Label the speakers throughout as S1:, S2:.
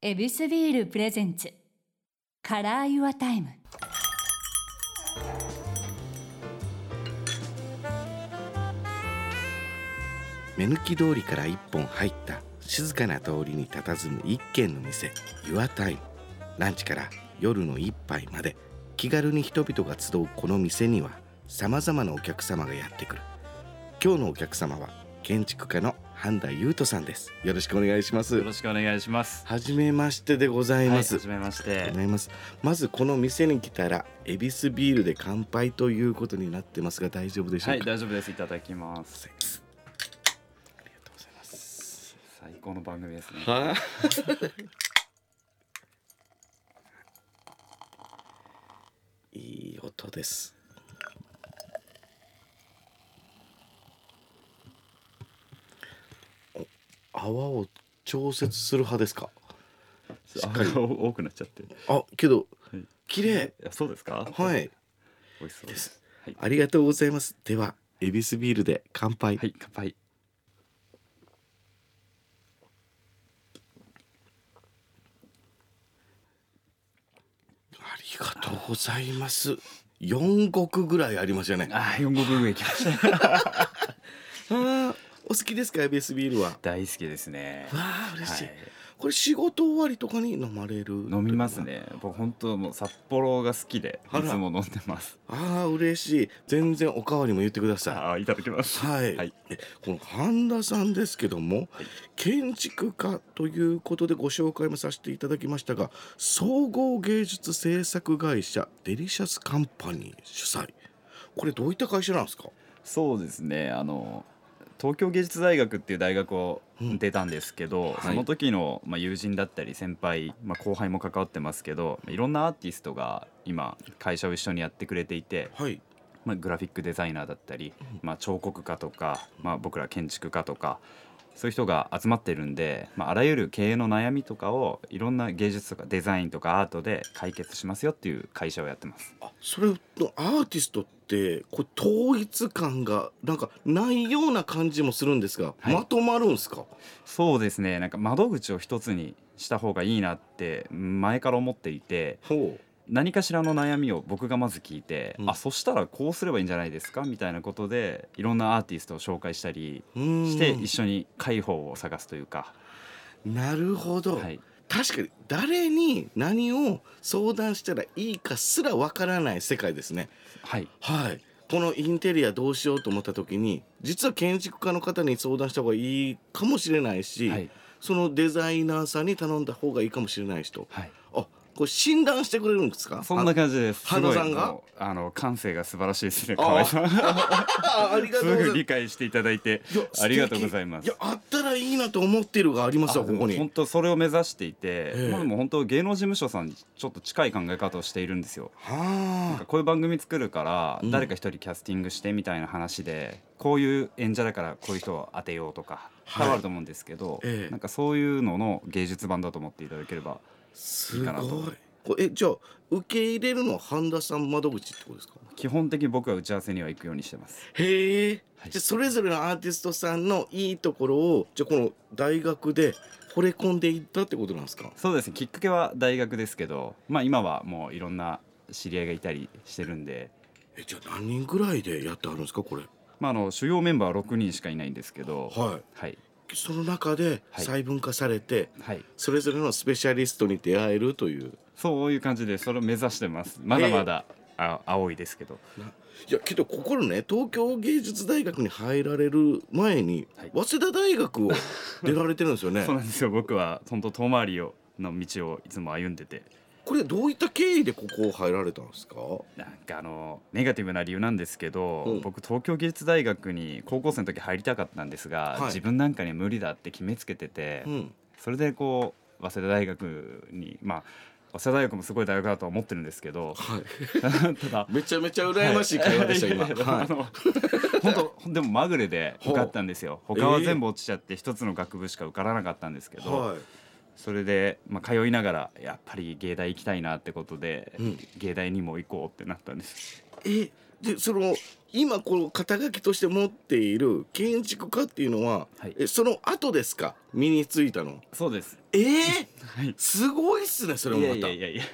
S1: エビスビールプレゼンツカラーユアタイム
S2: 目抜き通りから一本入った静かな通りに佇む一軒の店ユアタイムランチから夜の一杯まで気軽に人々が集うこの店にはさまざまなお客様がやってくる今日のお客様は建築家の半田裕斗さんですよろしくお願いします
S3: よろしくお願いします。
S2: はじめましてでございます、
S3: はじめまして
S2: ご。ざいますまずこの店に来たら恵比寿ビールで乾杯ということになってますが大丈夫でしょ
S3: は
S2: う
S3: い、
S2: か、
S3: 大丈夫です。いただきます。
S2: ありがとうございます
S3: 最高の番組ですね。
S2: はあ いい音ですお泡を調節する派ですかしっかり
S3: あ多くなっちゃって。い
S2: あけど
S3: はい
S2: 綺麗
S3: やそうですか。
S2: は。い
S3: 美味しそうです。はい。
S2: ありがとうございますでは恵比寿ビールで乾杯、
S3: はい、乾杯。
S2: ありがとうございます四国ぐらいありますよねあ
S3: ああ、四国分行きました。
S2: ーお好きですか恵比寿ビールはわ
S3: 大好きですね。
S2: あ嬉しい、
S3: はい
S2: これ仕事終わりとかに飲まれる
S3: 飲みますね。僕本当もう札幌が好きで、
S2: あ
S3: い
S2: ら
S3: つも飲んでます。
S2: ああ嬉しい全然おかわりも言ってくださ
S3: ああ、いただきま
S2: い
S3: す。
S2: はい、
S3: はい
S2: えこの半田さんですけども、
S3: はい
S2: 建築家ということでご紹介もさせていただきましたが総合芸術制作会社デリシャスカンパニー主催これどういった会社なんですか
S3: そうですね。あの。東京芸術大学っていう大学を出たんですけど、
S2: い
S3: その時の、まあ、友人だったり先輩、まあ、後輩も関わってますけどいろんなアーティストが今会社を一緒にやってくれていて、
S2: はい
S3: まあ、グラフィックデザイナーだったり、まあ、彫刻家とか、まあ、僕ら建築家とかそういう人が集まってるんで、まあ、あらゆる経営の悩みとかをいろんな芸術とかデザインとかアートで解決しますよっていう会社をやってます。
S2: あそれのアーティストってこれ統一感がなんかないような感じもするんですが、
S3: はい
S2: まとまるんですか
S3: そうですねなんか窓口を一つにした方がいいなって前から思っていて
S2: ほ
S3: 何かしらの悩みを僕がまず聞いて、
S2: うん
S3: あそしたらこうすればいいんじゃないですかみたいなことでいろんなアーティストを紹介したり
S2: ううーん
S3: して一緒に解放を探すというか、
S2: なるほど、
S3: はい、
S2: 確かに誰に何を相談したらいいかすらわからない世界ですね
S3: はい、
S2: はいこのインテリアどうしようと思った時に実は建築家の方に相談した方がいいかもしれないし、
S3: はい、
S2: そのデザイナーさんに頼んだ方がいいかもしれない人
S3: はい、
S2: あこれ診断してくれるんですか
S3: そんな感じです。
S2: 花
S3: すご
S2: さ
S3: い
S2: んが
S3: もうあの感性が素晴らしいですね。
S2: あ
S3: 河合さん、す
S2: あありがとうございま
S3: ぐ
S2: す
S3: 理解していただいて
S2: いや
S3: ありがとうございま
S2: 素
S3: す
S2: 敵。いやあったらいいなと思ってるがありますよここ
S3: 本
S2: に。
S3: 当それを目指していて、
S2: ええ
S3: まあでも本当芸能事務所さんにちょっと近い考え方をしているんですよ。なん
S2: は
S3: かこういう番組作るから
S2: うん
S3: 誰か一人キャスティングしてみたいな話で、こういう演者だからこういう人を当てようとか
S2: はい
S3: 変わると思うんですけど、
S2: ええ
S3: なんかそういうのの芸術版だと思っていただければ
S2: あす
S3: い
S2: ご
S3: か
S2: い
S3: なと。
S2: これえじゃあ受け入れるのは半田さん窓口ってことですか。
S3: 基本的に僕は打ち合わせには行くようにしてます。
S2: へえ。
S3: はい
S2: じゃあそれぞれのアーティストさんのいいところをじゃあこの大学で惚れ込んでいったってことなんですか。
S3: そうですねきっかけは大学ですけど、まあ、今はもういろんな知り合いがいたりしてるんで、
S2: えじゃあ何人ぐらいでやってあるんですかこれ。
S3: まあ、あの主要メンバーは6人しかいないんですけど
S2: は
S3: はい
S2: い。その中で
S3: はい
S2: 細分化されて、
S3: はい
S2: それぞれのスペシャリストに出会えるという。
S3: そういう感じでそれを目指してますまだまだ、あ青いですけど
S2: いやけどここのね東京芸術大学に入られる前に、
S3: はい
S2: 早稲田大学を出られてるん ですよね
S3: そうなんですよ僕は本当遠回りをの道をいつも歩んでて
S2: これどういった経緯でここを入られたんですか
S3: なんかあのネガティブな理由なんですけど、
S2: うん
S3: 僕東京技術大学に高校生の時入りたかったんですが、
S2: はい
S3: 自分なんかには無理だって決めつけてて、
S2: うん
S3: それでこう早稲田大学にまあ早稲田大学もすごい大学だとは思ってるんですけど
S2: はい
S3: ただ
S2: めちゃめちゃ羨ましい会話でした、
S3: はい
S2: 今、は
S3: あの本当でもまぐれで
S2: ほう
S3: 受かったんですよ他は全部落ちちゃって一つの学部しか受からなかったんですけ
S2: い、
S3: ど、
S2: はい、
S3: それで、まあ、通いながらやっぱり芸大行きたいなってことで、
S2: うん
S3: 芸大にも行こうってなったんです
S2: えでその今この肩書きとして持っている建築家っていうのは、
S3: はい
S2: えその後ですか身についたの
S3: そうです
S2: えー、
S3: はい
S2: すごいっすねそれもまた
S3: いやいやいやいや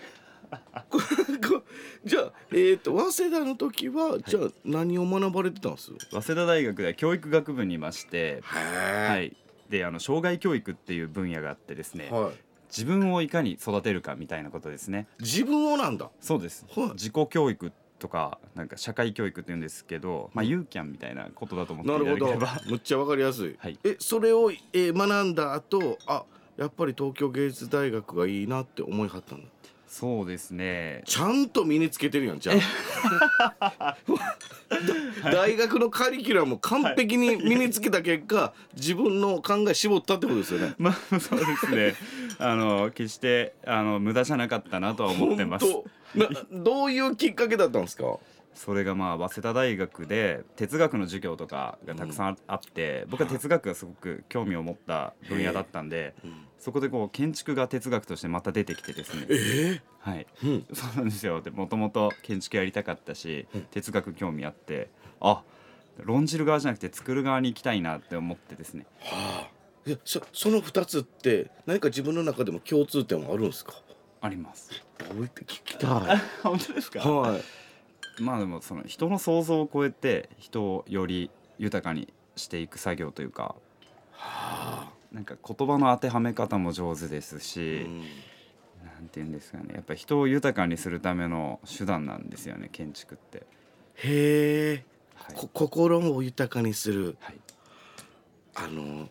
S2: ここじゃあえっ、と早稲田の時は、じゃあ何を学ばれてたんです
S3: 早稲田大学では教育学部にいましては
S2: へ
S3: いであの障害教育っていう分野があってですね、
S2: え、はい、
S3: 自分をいかに育てるかみたいなことですね
S2: 自分をなんだ
S3: そうです、
S2: はい
S3: 自己教育とかなんか社会教育って言うんですけどまあユーキャンみたいなことだと思ってい
S2: な
S3: た
S2: る
S3: だ
S2: ほ
S3: けれ
S2: ど
S3: ば
S2: むっちゃわかりやすい、
S3: はい
S2: えそれを、えー学んだ後あやっぱり東京芸術大学がいいなって思いはったんだ
S3: そうですね
S2: ちゃんと身につけてるやんじゃあ 大学のカリキュラムを完璧に身につけた結果自分の考え絞ったってことですよね
S3: まあそうですねあの決してあの無駄じゃなかったなとは思ってます
S2: 本当などういうきっかけだったんですか
S3: それがまあ早稲田大学で哲学の授業とかがたくさんあって、僕は哲学がすごく興味を持った分野だったんで、そこでこう建築が哲学としてまた出てきてですね、はい、
S2: うん
S3: そうなんですよでもともと建築やりたかったし、哲学興味あってあ論じる側じゃなくて作る側に行きたいなって思ってですね
S2: はあいやそその2つって何か自分の中でも共通点はあるんですか
S3: あります。
S2: どうやって聞きたいは
S3: 本当です
S2: い
S3: まあでもその人の想像を超えて人をより豊かにしていく作業というか
S2: はあ、
S3: なんか言葉の当てはめ方も上手です
S2: う
S3: し、
S2: ん
S3: なんて言うんですかねやっぱ人を豊かにするための手段なんですよね建築って。
S2: へえ、
S3: はい
S2: こ心を豊かにする
S3: はい、
S2: あの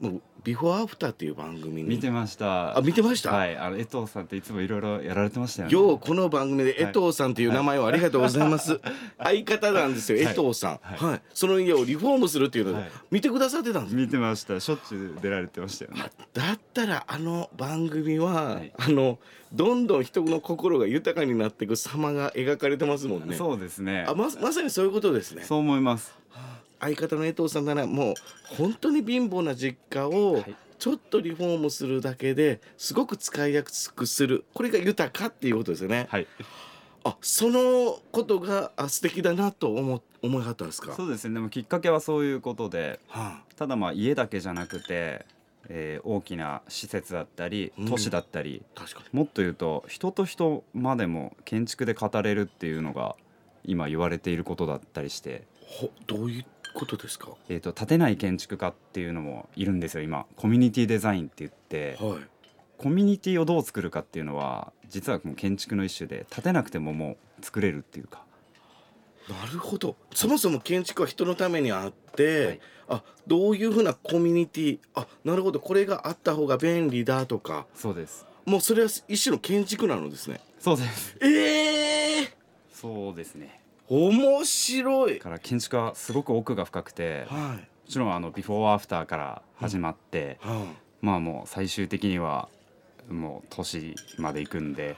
S2: もうビフォーアフターっていう番組に
S3: 見てました。
S2: あ見てました
S3: はい、あの江藤さんっていつもいろいろやられてましたよね。
S2: ようこの番組で江藤さんという名前をありがとうございます、 相方なんですよ、
S3: はい
S2: 江藤さん、は
S3: はいい
S2: その家をリフォームするっていうので、
S3: はい
S2: 見てくださってたんです
S3: 見てました。しょっちゅう出られてましたよね。
S2: だったらあの番組は、
S3: はい
S2: あのどんどん人の心が豊かになっていく様が描かれてますもんね
S3: そうですね
S2: あ。ままさにそういうことですね
S3: そう思います。
S2: 相方の江藤さんならもう本当に貧乏な実家を
S3: はい
S2: ちょっとリフォームするだけですごく使いやすくするこれが豊かっていうことですよね、
S3: はい。
S2: あそのことがあ素敵だなと思思いはったんですか
S3: そうですね。でもきっかけはそういうことで、
S2: はあ
S3: ただまあ家だけじゃなくて、えー大きな施設だったり
S2: うん
S3: 都市だったり、
S2: 確かに
S3: もっと言うと人と人までも建築で語れるっていうのが今言われていることだったりして、
S2: ほどういうことですかは
S3: えー、と建てない建築家っていうのもいるんですよ今コミュニティデザインって言って
S2: い
S3: コミュニティをどう作るかっていうのは実はもう建築の一種で建てなくてももう作れるっていうか
S2: なるほどそもそも建築は人のためにあって、
S3: はい
S2: あどういうふうなコミュニティあなるほどこれがあった方が便利だとか
S3: そうです
S2: もうそれは一種の建築なのですね
S3: そうです
S2: ええ
S3: そうですね
S2: 面白い
S3: だから建築はすごく奥が深くても
S2: はい
S3: ちろんあのビフォーアフターから始まって、
S2: は
S3: まあもう最終的にはもう都市まで行くんで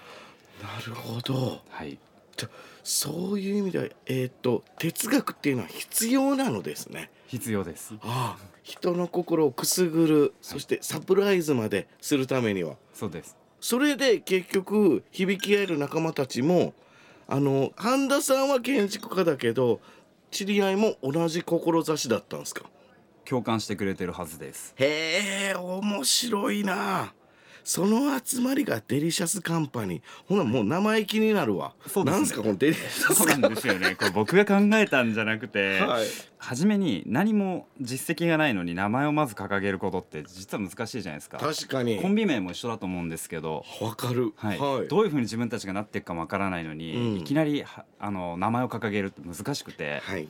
S2: あ、なるほど
S3: はい
S2: じゃそういう意味ではえっ、と哲学っていうのは必要なのですね
S3: 必要です
S2: ああ人の心をくすぐるそしてサプライズまでするためには
S3: そうです
S2: それで結局響き合える仲間たちもあの半田さんは建築家だけど知り合いも同じ志だったんですか
S3: 共感してくれてるはずです
S2: へえ面白いなその集まりがデリシャスカンパニーほなもう名前気になるわ
S3: そうですね
S2: なんすかこのデリシャス
S3: そう
S2: カ
S3: な
S2: ン
S3: ん
S2: パ
S3: ですよ ねこれ僕が考えたんじゃなく
S2: ニ
S3: て、
S2: ー、はい、
S3: 初めに何も実績がないのに名前をまず掲げることって実は難しいじゃないですか
S2: 確かに
S3: コンビ名も一緒だと思うんですけど
S2: わかる
S3: はい
S2: はい、
S3: どういうふうに自分たちがなっていくかわからないのに、
S2: うん
S3: いきなりはあの名前を掲げるって難しくて、
S2: はい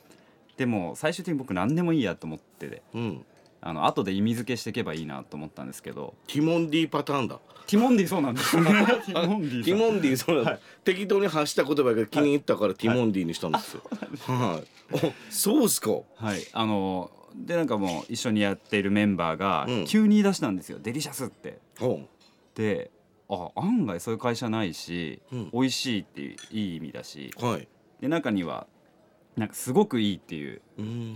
S3: でも最終的に僕何でもいいやと思ってて
S2: うん、
S3: あの後で意味付けしていけばいいなと思ったんですけど
S2: ティモンディパターンだ
S3: ティモンディそうなんですねティモンディ
S2: ティ
S3: さん
S2: モンディそうなんだ、適当に発した言葉が気に入ったからティモンディにしたんですよ。はい。あそうですか。
S3: はいあのでなんかもう一緒にやっているメンバーが
S2: うん
S3: 急に言い出したんですよ「デリシャス」って。
S2: うん。
S3: であ案外そういう会社ないし、
S2: うん
S3: 美味しいっていういい意味だし
S2: はい。
S3: で中にはなんかすごくいいっていう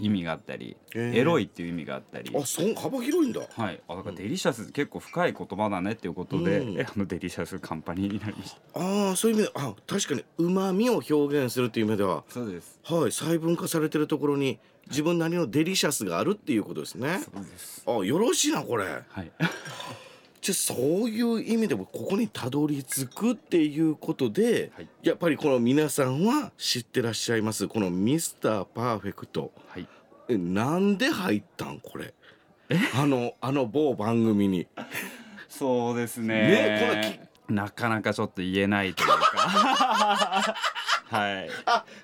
S3: 意味があったり、
S2: えー
S3: エロいっていう意味があったり
S2: あそう幅広いんだ
S3: はい、あだからデリシャス、結構深い言葉だねっていうことで、
S2: うん
S3: えあのデリシャスカンパニーになりました
S2: ああそういう意味であ確かにうまみを表現するっていう意味では
S3: そうです
S2: はい細分化されてるところに自分なりのデリシャスがあるっていうことですね
S3: そうです
S2: あよろしいなこれ
S3: はい
S2: じゃあそういう意味でもここにたどり着くっていうことで、
S3: はい
S2: やっぱりこの皆さんは知ってらっしゃいますこのミスターパーフェクト
S3: はい
S2: えなんで入ったんこれあのあの某番組に
S3: そうですね
S2: ねこれ
S3: なかなかちょっと言えないというか はい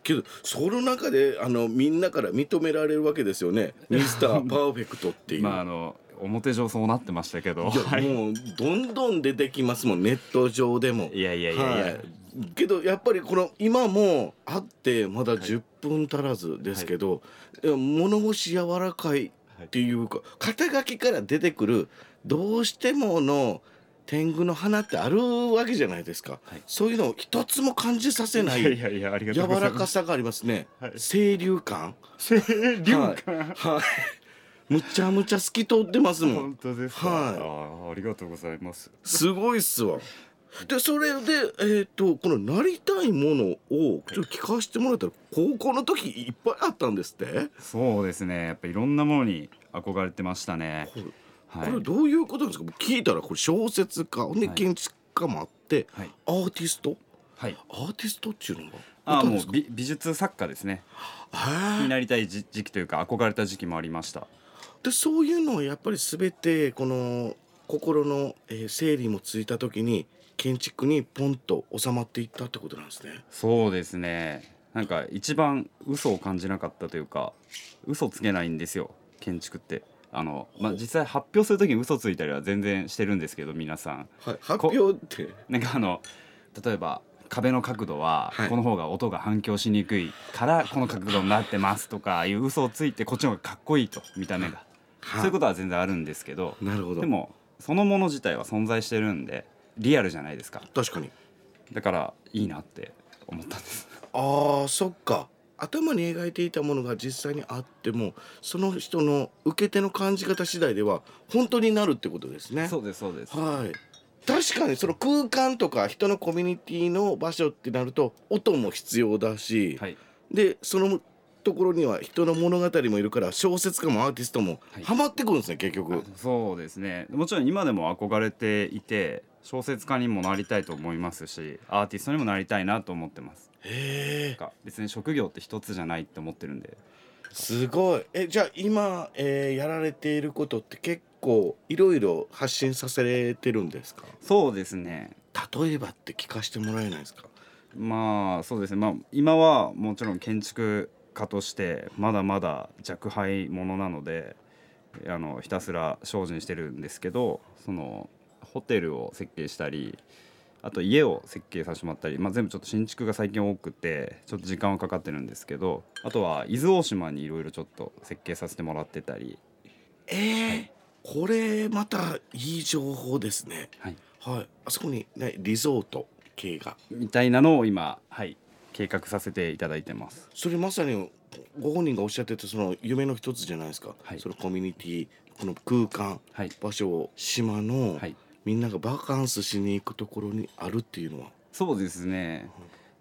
S2: けどその中であのみんなから認められるわけですよねミスターパーフェクトっていう。
S3: まああの表上そうなってましたけど
S2: いや
S3: はい
S2: もうどんどん出てきますもんネット上でも。
S3: いやいやいやいや、
S2: はい、けどやっぱりこの今もあってまだ10分足らずですけど、いや物腰柔らかいっていうか肩書きから出てくるどうしてもの天狗の花ってあるわけじゃないですか、
S3: はい
S2: そういうのを一つも感じさせない
S3: いやいやいやありがとう
S2: 柔
S3: ござい
S2: ら
S3: ま
S2: か
S3: す
S2: さがありますね、
S3: はい
S2: 清流感
S3: 柔ら
S2: はいはいむちゃむちゃ透き通ってますもん
S3: 本当ですか、
S2: はい
S3: あーありがとうございます
S2: すごいっすわ。でそれで、えー、とこのなりたいものをちょっと聞かせてもらったら高校の時いっぱいあったんですって
S3: そうですねやっぱいろんなものに憧れてましたね
S2: これ,、
S3: は
S2: これ
S3: い
S2: どういうことなんですか僕聞いたらこれ小説家ほんで
S3: はい
S2: 建築家もあって、
S3: はい
S2: アーティスト
S3: はい
S2: アーティストっていうのが
S3: あ
S2: っ
S3: あ
S2: たんで
S3: もう
S2: すか
S3: 美美術作家ですね
S2: へ
S3: に
S2: え
S3: なりたいじ時期というか憧れた時期もありました
S2: でそういうのをやっぱり全てこの心の、えー整理もついた時に建築にポンと収まっていったってことなんですね。
S3: そうですねなんか一番嘘を感じなかったというか嘘つけないんですよ建築ってあのまあ実際発表する時に嘘ついたりは全然してるんですけど皆さん
S2: はい、発表って
S3: なんかあの例えば壁の角度は
S2: はい
S3: この方が音が反響しにくいからこの角度になってますとかいう嘘をついてこっちの方がかっこいいと見た目がそういうことは全然あるんですけど
S2: なるほど
S3: でもそのもの自体は存在してるんでリアルじゃないですか
S2: 確かに
S3: だからいいなって思ったんです
S2: あーそっか頭に描いていたものが実際にあってもその人の受け手の感じ方次第では本当になるってことですね。
S3: そうですそうです
S2: はい確かにその空間とか人のコミュニティの場所ってなると音も必要だし、
S3: はい
S2: でそのところには人の物語もいるから小説家もアーティストも
S3: はい
S2: ハマってくるんですね、結局。
S3: そうですねもちろん今でも憧れていて小説家にもなりたいと思いますしアーティストにもなりたいなと思ってます
S2: へえ
S3: なんか別に職業って一つじゃないって思ってるんです
S2: ごいえじゃあ今、えーやられていることって結構いろいろ発信させてるんですか
S3: そうですね
S2: 例えばって聞かせてもらえないですか
S3: まあそうですねまあ今はもちろん建築家としてまだまだ若輩者なのであのひたすら精進してるんですけどそのホテルを設計したりあと家を設計させてもらったり、まあ、全部ちょっと新築が最近多くてちょっと時間はかかってるんですけどあとは伊豆大島にいろいろちょっと設計させてもらってたり、
S2: えーこれまたいい情報ですね
S3: はい、
S2: はいあそこに、ね、リゾート系が
S3: みたいなのを今、はい、計画させていただいてます。
S2: それまさにご本人がおっしゃってたその夢の一つじゃないですか、
S3: はい
S2: そのコミュニティこの空間
S3: はい
S2: 場所を島の、
S3: はい
S2: みんながバカンスしに行くところにあるっていうのは、
S3: そうですね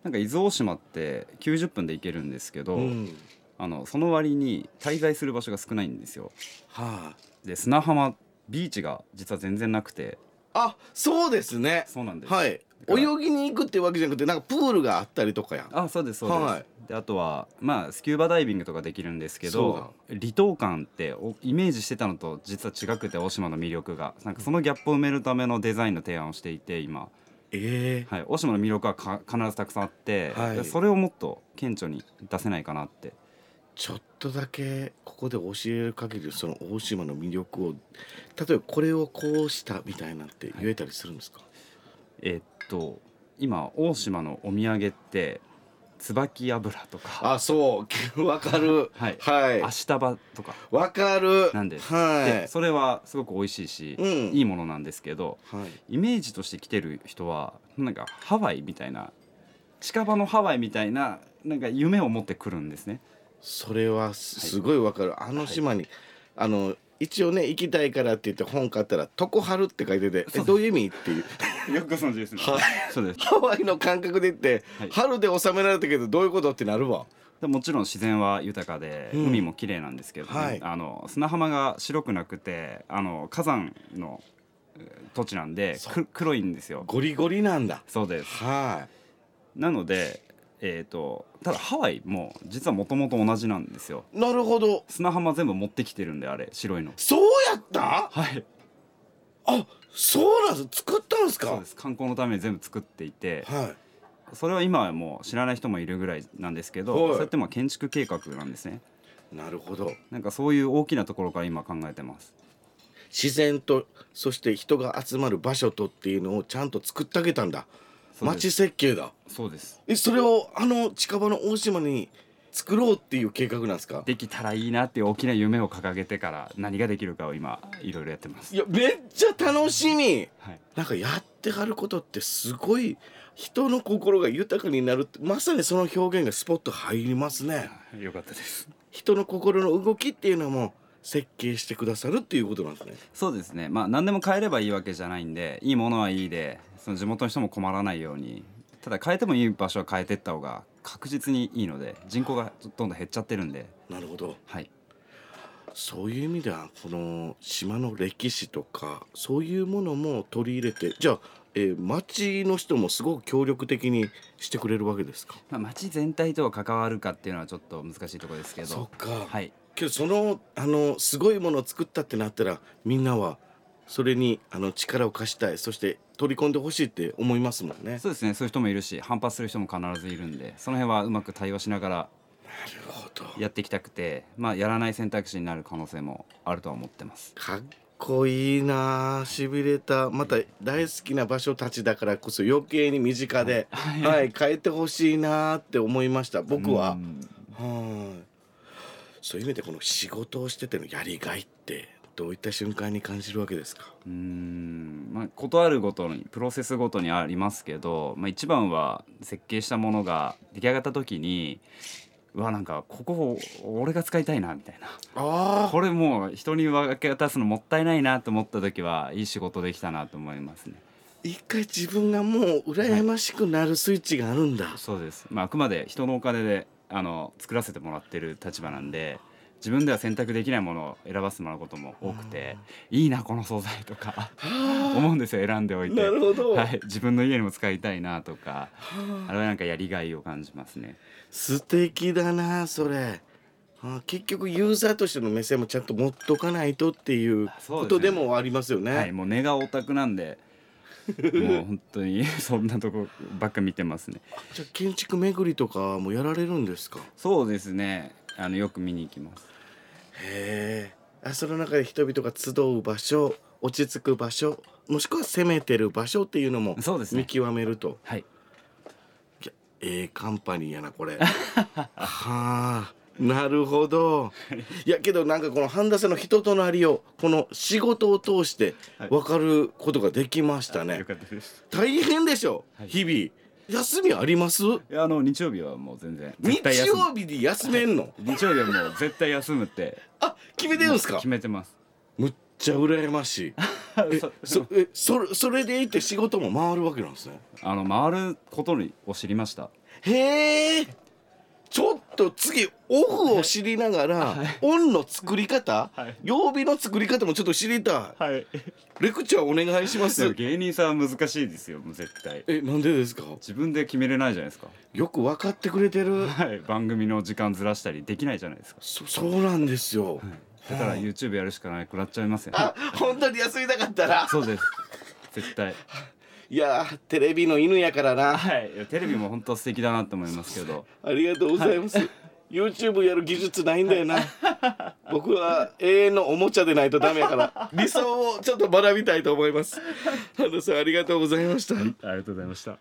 S3: なんか伊豆大島って90分で行けるんですけど、
S2: うん
S3: あのその割に滞在する場所が少ないんですよ
S2: はい、
S3: で砂浜ビーチが実は全然なくて
S2: あ、そうですね
S3: そうなんです、
S2: はい
S3: だから
S2: 泳ぎに行くってわけじゃなくてなんかプールがあったりとかやん
S3: あそうですそうです、
S2: はい
S3: であとはまあスキューバダイビングとかできるんですけ
S2: そ
S3: ど離島感っておイメージしてたのと実は違くて大島の魅力がなんかそのギャップを埋めるためのデザインの提案をしていて今、
S2: ええ
S3: はい、大島の魅力はか必ずたくさんあって、
S2: はい
S3: でそれをもっと顕著に出せないかなって
S2: ちょっとだけここで教える限りその大島の魅力を例えばこれをこうしたみたいなんて言えたりするんですか、
S3: えっと今大島のお土産って椿油とか
S2: あそうわかる
S3: はい
S2: はい
S3: 足束とか
S2: わかる
S3: なんですで
S2: は
S3: それはすごく美味しいし、
S2: うん
S3: いいものなんですけど
S2: い、はい、
S3: イメージとして来てる人はなんかハワイみたいな近場のハワイみたいななんか夢を持ってくるんで すね。
S2: それはすすごいわかる、あの島に、あの一応ね行きたいからって言って本買ったら「常春」って書いてて「えどういう意味?」っていう
S3: よくご存知ですね。
S2: は
S3: そうです。
S2: ハワイの感覚で言って、
S3: はい
S2: 春で収められたけどどういうことってなるわ
S3: でもちろん自然は豊かで、
S2: うん
S3: 海も綺麗なんですけど、ね
S2: はい
S3: あの砂浜が白くなくてあの火山のえー土地なんで
S2: そう
S3: く黒いんですよ
S2: ゴリゴリなんだ
S3: そうです
S2: は
S3: なので、えー、とただハワイも実はもともと同じなんですよ
S2: いなるほど
S3: 砂浜全部持ってきてるんであれ白いの
S2: そうやった
S3: はい
S2: あそうなんです作ったんです
S3: そう
S2: か
S3: です観光のために全部作っていて
S2: はい
S3: それは今はもう知らない人もいるぐらいなんですけど、
S2: はい
S3: そうやってまあ建築計画なんですね
S2: なるほど
S3: なんかそういう大きなところから今考えてます
S2: 自然とそして人が集まる場所とっていうのをちゃんと作ってあげたんだ
S3: そうで
S2: 町
S3: す
S2: 設計だ
S3: そうです
S2: えそれをあの近場の大島に作ろうっていう計画なんですか
S3: できたらいいなっていう大きな夢を掲げてから何ができるかを今いろいろやってます
S2: い、やめっちゃ楽しみ
S3: はい、
S2: なんかやってはることってすごい人の心が豊かになるってまさにその表現がスポッと入りますね
S3: よかったです
S2: 人の心の動きっていうのも設計してくださるっていうことなんですね
S3: そうですねまあ何でも変えればいいわけじゃないんでいいものはいいでその地元の人も困らないようにただ変えてもいい場所は変えてった方が確実にいいので人口がどんどん減っちゃってるんで
S2: なるほど
S3: はい
S2: そういう意味ではこの島の歴史とかそういうものも取り入れてじゃあ、えー町の人もすごく協力的にしてくれるわけですか
S3: まあ、町全体とは関わるかっていうのはちょっと難しいところですけど
S2: っか、
S3: はい
S2: けどそのあのすごいものを作ったってなったらみんなはそれにあの力を貸したいそして取り込んでほしいって思いますもんね。
S3: そうですねそういう人もいるし反発する人も必ずいるんでその辺はうまく対応しながら
S2: なるほど
S3: やっていきたくて、まあ、やらない選択肢になる可能性もあるとは思ってます
S2: かっこいいなあしびれたまた大好きな場所たちだからこそ余計に身近で、はい変えてほしいなあって思いました僕は。
S3: うん
S2: はいそういう意味でこの仕事をしててのやりがいってどういった瞬間に感じるわけですか
S3: うーんまあ、ことあるごとにプロセスごとにありますけど、まあ、一番は設計したものが出来上がった時にうわなんかここを俺が使いたいなみたいな
S2: あ
S3: これもう人に分け渡すのもったいないなと思った時はいい仕事できたなと思いますね
S2: 一回自分がもう羨ましくなるスイッチがあるんだ、
S3: そうです、まあ、あくまで人のお金であの作らせてもらってる立場なんで自分では選択できないものを選ばせてもらうことも多くていいなこの素材とか思うんですよ選んでおいて
S2: なるほど
S3: はい、自分の家にも使いたいなとか
S2: はあ
S3: あれはなんかやりがいを感じますね
S2: 素敵だなそれあ結局ユーザーとしての目線もちゃんと持っとかないとっていう
S3: そ
S2: こ
S3: うです
S2: と
S3: ね
S2: でもありますよね
S3: はいもう根がオタクなんでもう本当に そんなとこばっか見てますね
S2: じゃあ建築巡りとかもやられるんですか
S3: そうですねあのよく見に行きます
S2: へえあその中で人々が集う場所落ち着く場所もしくは攻めてる場所っていうのも
S3: そうですね
S2: 見極めると、
S3: はい
S2: ええカンパニーやなこれはあなるほどいやけどなんかこの半田さんの人となりをこの仕事を通して
S3: はい
S2: 分かることができましたね、
S3: よかったです
S2: 大変でしょ、
S3: はい
S2: 日々休みあります
S3: いやあの日曜日はもう全然
S2: 日
S3: 絶対休む
S2: 曜日に休めんの、
S3: 日曜日はもう絶対休むって
S2: あ決めてるんですか
S3: 決めてます
S2: むっちゃ羨ましいえ
S3: そ
S2: そえそれそれでいって仕事も回るわけなんですね
S3: あの回ることにを知りました
S2: へえちょっと次オフを知りながら、オンの作り方、
S3: はい
S2: 曜日の作り方もちょっと知りた
S3: はい
S2: いレクチャーお願いしま
S3: ですも芸人さんは難しいですよもう絶対
S2: えなんでですか
S3: 自分で決めれないじゃないですか
S2: よく分かってくれてる
S3: はい番組の時間ずらしたりできないじゃないですか
S2: そそうなんですよ、
S3: だから YouTube やるしかなくなっちゃいますよ
S2: あ本当に休みたかったら
S3: そうです絶対
S2: いやーテレビの犬やからな
S3: はいいやテレビも本当素敵だなと思いますけど
S2: ありがとうございます。YouTube やる技術ないんだよな。僕は永遠のおもちゃでないとダメやから、 理想をちょっと学びたいと思います。ハンドさんありがとうございました。
S3: ありがとうございました